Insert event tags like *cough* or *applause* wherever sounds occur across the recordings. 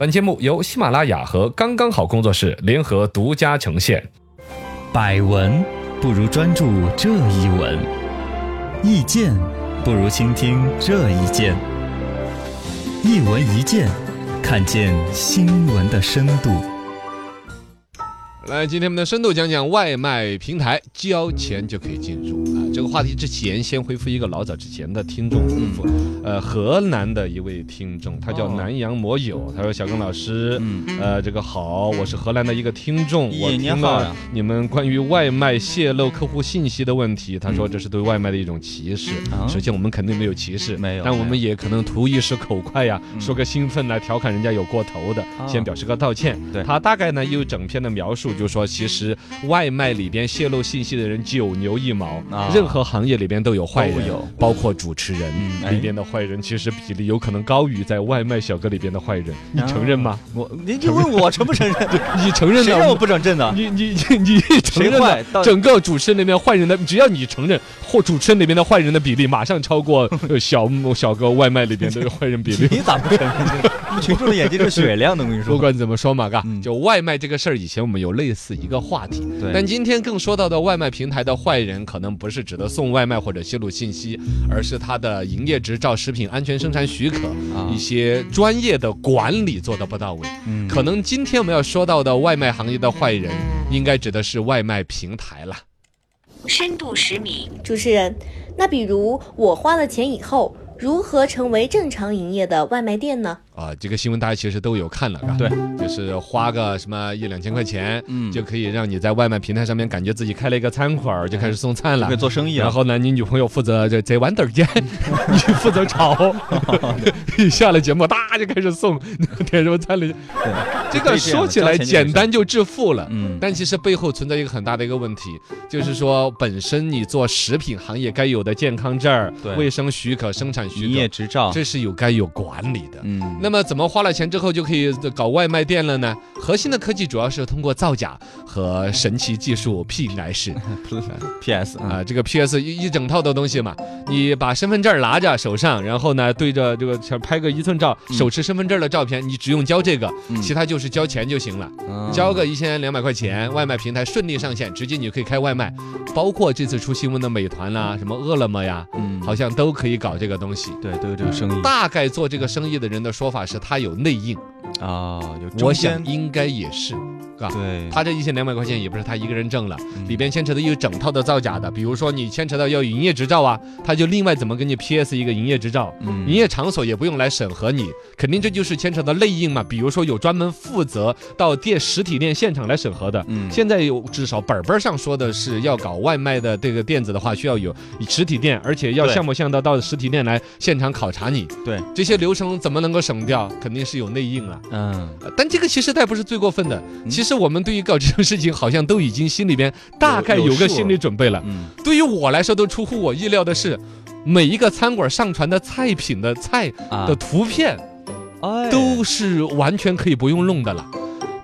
本节目由喜马拉雅和刚刚好工作室联合独家呈现。百闻不如专注这一闻，意见不如倾听这一见。一闻一见，看见新闻的深度。来，今天我们的深度讲讲外卖平台交钱就可以进入啊。这个话题之前，先回复一个老早之前的听众回复，呃，河南的一位听众，他叫哦南阳摩友，他说：“小刚老师，嗯呃，这个好，我是荷兰的一个听众，我咦你听好了呀你们关于外卖泄露客户信息的问题，他说这是对外卖的一种歧视。啊首先，我们肯定没有歧视，没有但我没们也可能图一时口快呀，嗯说个兴奋来调侃人家有过头的，啊先表示个道歉。对他大概呢有整篇的描述，就说其实外卖里边泄露信息的人九牛一毛，啊任何行业里边都有坏人都有，包括主持人、嗯哎里边的坏人，其实比例有可能高于在外卖小哥里边的坏啊人，你承认吗？我你就问我承不承认？你 *laughs* 承认谁让我了？不承认的？你你你你一承认谁了坏？到整个主持人那边坏人的，只要你承认或主持人那边的坏人的比例，马上超过 *laughs* 呃小小哥外卖里边的坏人比例。你咋不承认呢？群众的眼睛是雪亮的，我跟你不 *laughs* 说。管怎么说嘛，嘎，嗯就外卖这个事儿，以前我们有类似一个话题，对但今天更说到的外卖平台的坏人，可能不是指的送外卖或者泄露信息，而是他的营业执照、食品安全生产许可、啊一些专业的管理做得不到位。嗯可能今天我们要说到的外卖行业的坏人，应该指的是外卖平台了。深度十米。主持人，那比如我花了钱以后，如何成为正常营业的外卖店呢？啊，这个新闻大家其实都有看了，嘎嗯对，就是花个什么一两千块钱，嗯就可以让你在外卖平台上面感觉自己开了一个餐馆儿，就开始送餐了会。做生意然啊？后呢，你女朋友负责这这碗底儿煎， *laughs* 你负责 *laughs* 炒。一下了节目，哒就开始送点什么餐了。这个说起来简单就致富了，嗯但其实背后存在一个很大的一个问题，就是说本身你做食品行业该有的健康证儿对、卫生许可、生产营业许执可，照。这是有该有管理的。嗯那么么怎么花了钱之后就可以搞外卖店了呢？核心的科技主要是通过造假和神奇技术聘来式 PS 啊、啊，这个 PS 一一整套的东西嘛，你把身份证拿着手上，然后呢对着这个想拍个一寸照，嗯手持身份证的照片，你只用交这个，嗯其他就是交钱就行了，啊交个一千两百块钱，外卖平台顺利上线，直接你就可以开外卖，包括这次出新闻的美团啦、什么饿了么呀，嗯好像都可以搞这个东西。对都有这个生意大概做这个生意的人的说法是，他有内应。啊，有中我间想应该也是，啊对他这一千两百块钱也不是他一个人挣了，嗯里边牵扯的有整套的造假的，比如说你牵扯到要营业执照啊，他就另外怎么给你 PS 一个营业执照。嗯营业场所也不用来审核你，肯定这就是牵扯到内应嘛。比如说有专门负责到店实体店现场来审核的，嗯现在有至少本本上说的是要搞外卖的这个店子的话，需要有实体店，而且要对像模像样的到实体店来现场考察你。对，这些流程怎么能够省掉？肯定是有内应啊。嗯呃但这个其实它也不是最过分的。其实我们对于搞这种事情，好像都已经心里边大概有有有个数心理准备了。嗯对于我来说，都出乎我意料的是，每一个餐馆上传的菜品的菜啊的图片哎都是完全可以不用弄的了。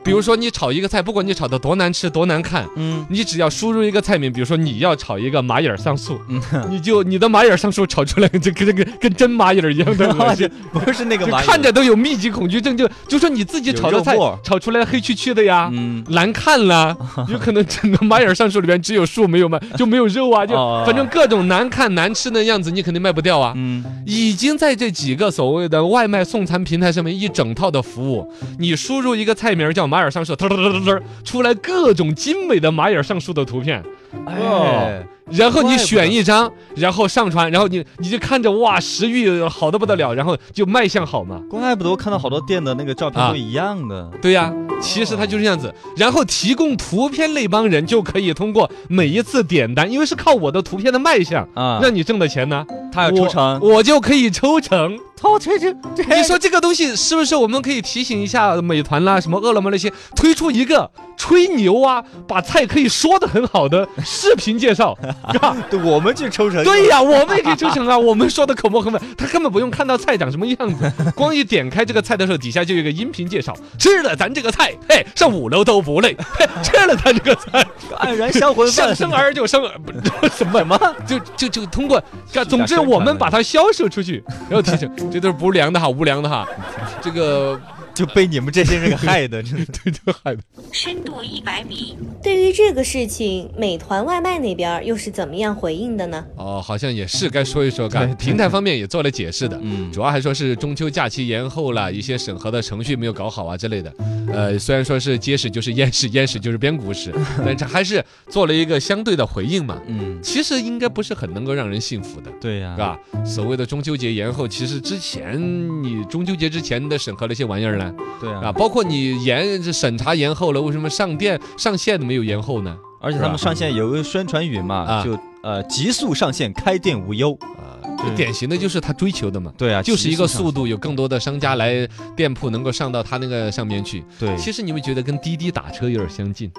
比如说你炒一个菜，不管你炒的多难吃多难看。嗯你只要输入一个菜名，比如说你要炒一个蚂蚁儿上树，嗯你就你的蚂蚁儿上树炒出来，就跟跟跟跟真蚂蚁儿一样的恶 *laughs* 心，不是那个就玩意儿看着都有密集恐惧症，就就说你自己炒的菜有肉沫炒出来黑黢黢的呀。嗯难看 *laughs* 啦，有可能整个蚂蚁儿上树里边只有树没有卖，就没有肉啊，就哦反正各种难看难吃的样子，你肯定卖不掉啊。嗯已经在这几个所谓的外卖送餐平台上面一整套的服务，你输入一个菜名叫蚂蚁儿上树，嘚嘚嘚嘚嘚，出来各种精美的蚂蚁儿上树的图片，哎然后你怪不得选一张，然后上传，然后你你就看着哇，食欲好的不得了，然后就卖相好嘛。怪不得我看到好多店的那个照片啊都一样的对呀、嗯其实它就是这样子。然后提供图片那帮人就可以通过每一次点单，因为是靠我的图片的卖相。啊让你挣的钱呢？他要抽成，我，我就可以抽成。偷这这这你说这个东西是不是我们可以提醒一下美团啦、什么饿了么那些推出一个吹牛啊，把菜可以说的很好的视频介绍？啊对我们去抽 *laughs* 成，对呀、我们也可以抽成啊！我们说的口沫横飞， *laughs* 他根本不用看到菜长什么样子， *laughs* 光一点开这个菜的时候，底下就有一个音频介绍。 *laughs* 吃了咱这个菜，嘿，上五楼都不累； *laughs* 嘿，吃了咱这个菜，黯然 *laughs* 销魂想饭生儿就生儿，不是 *laughs* 什么什么就就就通过，总之宣 *laughs* 传我们把它销售出去，然后提醒，这都是不良的哈，无良的哈，这个就被你们这些人给害的，真的。 *laughs* 对，就害的。深度一百米，对于这个事情，美团外卖那边又是怎么样回应的呢？哦，好像也是该说一说，看对对平台方面也做了解释的，嗯主要还说是中秋假期延后了，一些审核的程序没有搞好啊之类的。呃，虽然说是揭示就是淹屎，淹屎就是编故事，但是还是做了一个相对的回应嘛。嗯，其实应该不是很能够让人信服的。对呀、是吧？所谓的中秋节延后，其实之前你中秋节之前的审核了些玩意儿呢，对呀、啊，包括你延审查延后了，为什么上电上线没有延后呢？而且他们上线有个宣传语嘛，啊就呃极速上线，开店无忧。啊，对典型的就是他追求的嘛。对啊，就是一个速度。度，有更多的商家来店铺能够上到他那个上面去。对，其实你们觉得跟滴滴打车有点相近，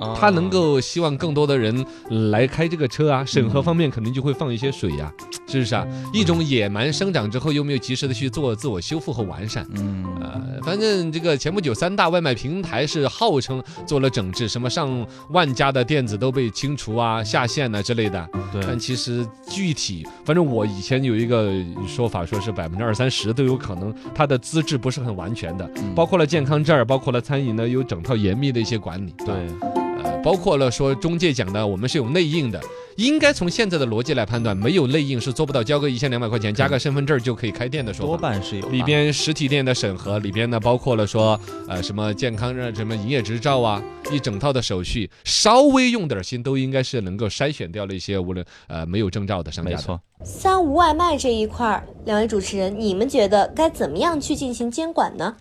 啊他能够希望更多的人来开这个车嗯啊，审核方面肯定就会放一些水呀、是不是啊？一种野蛮生长之后又没有及时的去做自我修复和完善。嗯呃，反正这个前不久三大外卖平台是号称做了整治，什么上万家的店子都被清除啊、下线呐、之类的，但对其实具体，反正我以前有一个说法，说是百分之二三十都有可能，它的资质不是很完全的，嗯包括了健康证儿，包括了餐饮呢有整套严密的一些管理，对，呃，包括了说中介讲的，我们是有内应的，应该从现在的逻辑来判断，没有内应是做不到交个一千两百块钱加个身份证儿就可以开店的说法多。半是有吧里边实体店的审核，里边呢包括了说，呃，什么健康证、什么营业执照啊，一整套的手续，稍微用点心，都应该是能够筛选掉了一些无论呃没有证照的商家没的。错，三无外卖这一块儿，两位主持人，你们觉得该怎么样去进行监管呢？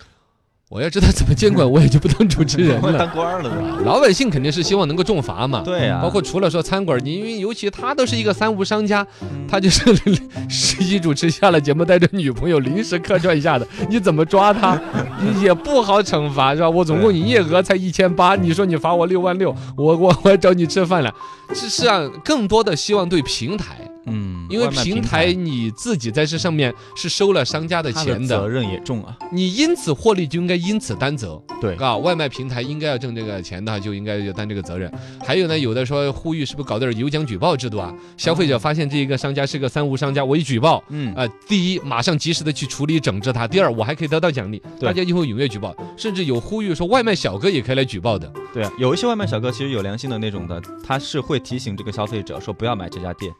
我要知道怎么监管，我也就不当主持人我了。当官儿了吧？老百姓肯定是希望能够重罚嘛。对呀、包括除了说餐馆，你因为尤其他都是一个三无商家，嗯他就是 *laughs* 十一主持下了节目，带着女朋友临时客串一下的，你怎么抓 *laughs* 他？你也不好惩罚是吧？我总共营业额才一千八，你说你罚我六万六，我我我还找你吃饭了。这是啊，更多的希望对平台，嗯，因为外卖平平台你自己在这上面是收了商家的他钱责的，任也重啊。你因此获利就应该因此担责。对啊，外卖平台应该要挣这个钱的话，就应该要担这个责任。还有呢，有的说呼吁是不是搞点有奖举报制度啊？消费者发现这一个商家是个三无商家，我一举报。嗯，呃，第一，马上及时的去处理整治他；第二，我还可以得到奖励，对大家就会踊跃举报，甚至有呼吁说外卖小哥也可以来举报的。对啊，有一些外卖小哥其实有良心的那种的，他是会提醒这个消费者说不要买这家店。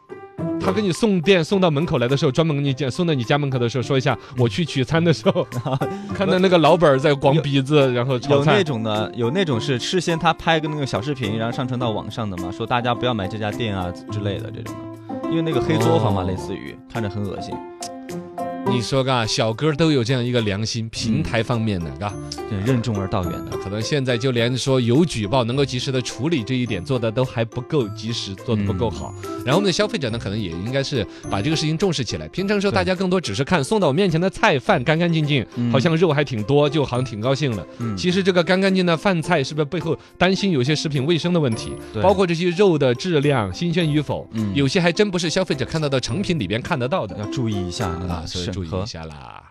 他给你送店送到门口来的时候，专门给你讲，送到你家门口的时候说一下，我去取餐的时 *laughs* 候，看到那个老板儿在光鼻子，然后炒有那菜。种的，有那种是事先他拍个那个小视频，然后上传到网上的嘛，说大家不要买这家店啊之类的这种的，因为那个黑作坊嘛，哦类似于看着很恶心，你说嘎，小哥都有这样一个良心，嗯平台方面的嘎。对，任重而道远的。可能现在就连说有举报能够及时的处理这一点做的都还不够及时，做的不够好。嗯然后我们的消费者呢，可能也应该是把这个事情重视起来。平常时候对大家更多只是看送到我面前的菜饭干干净净，嗯好像肉还挺多，就好像挺高兴了。嗯其实这个干干净的饭菜是不是背后担心有些食品卫生的问题，对包括这些肉的质量、新鲜与否，嗯有些还真不是消费者看到的成品里边看得到的要注意一下啊，所以审注意核一。下啦。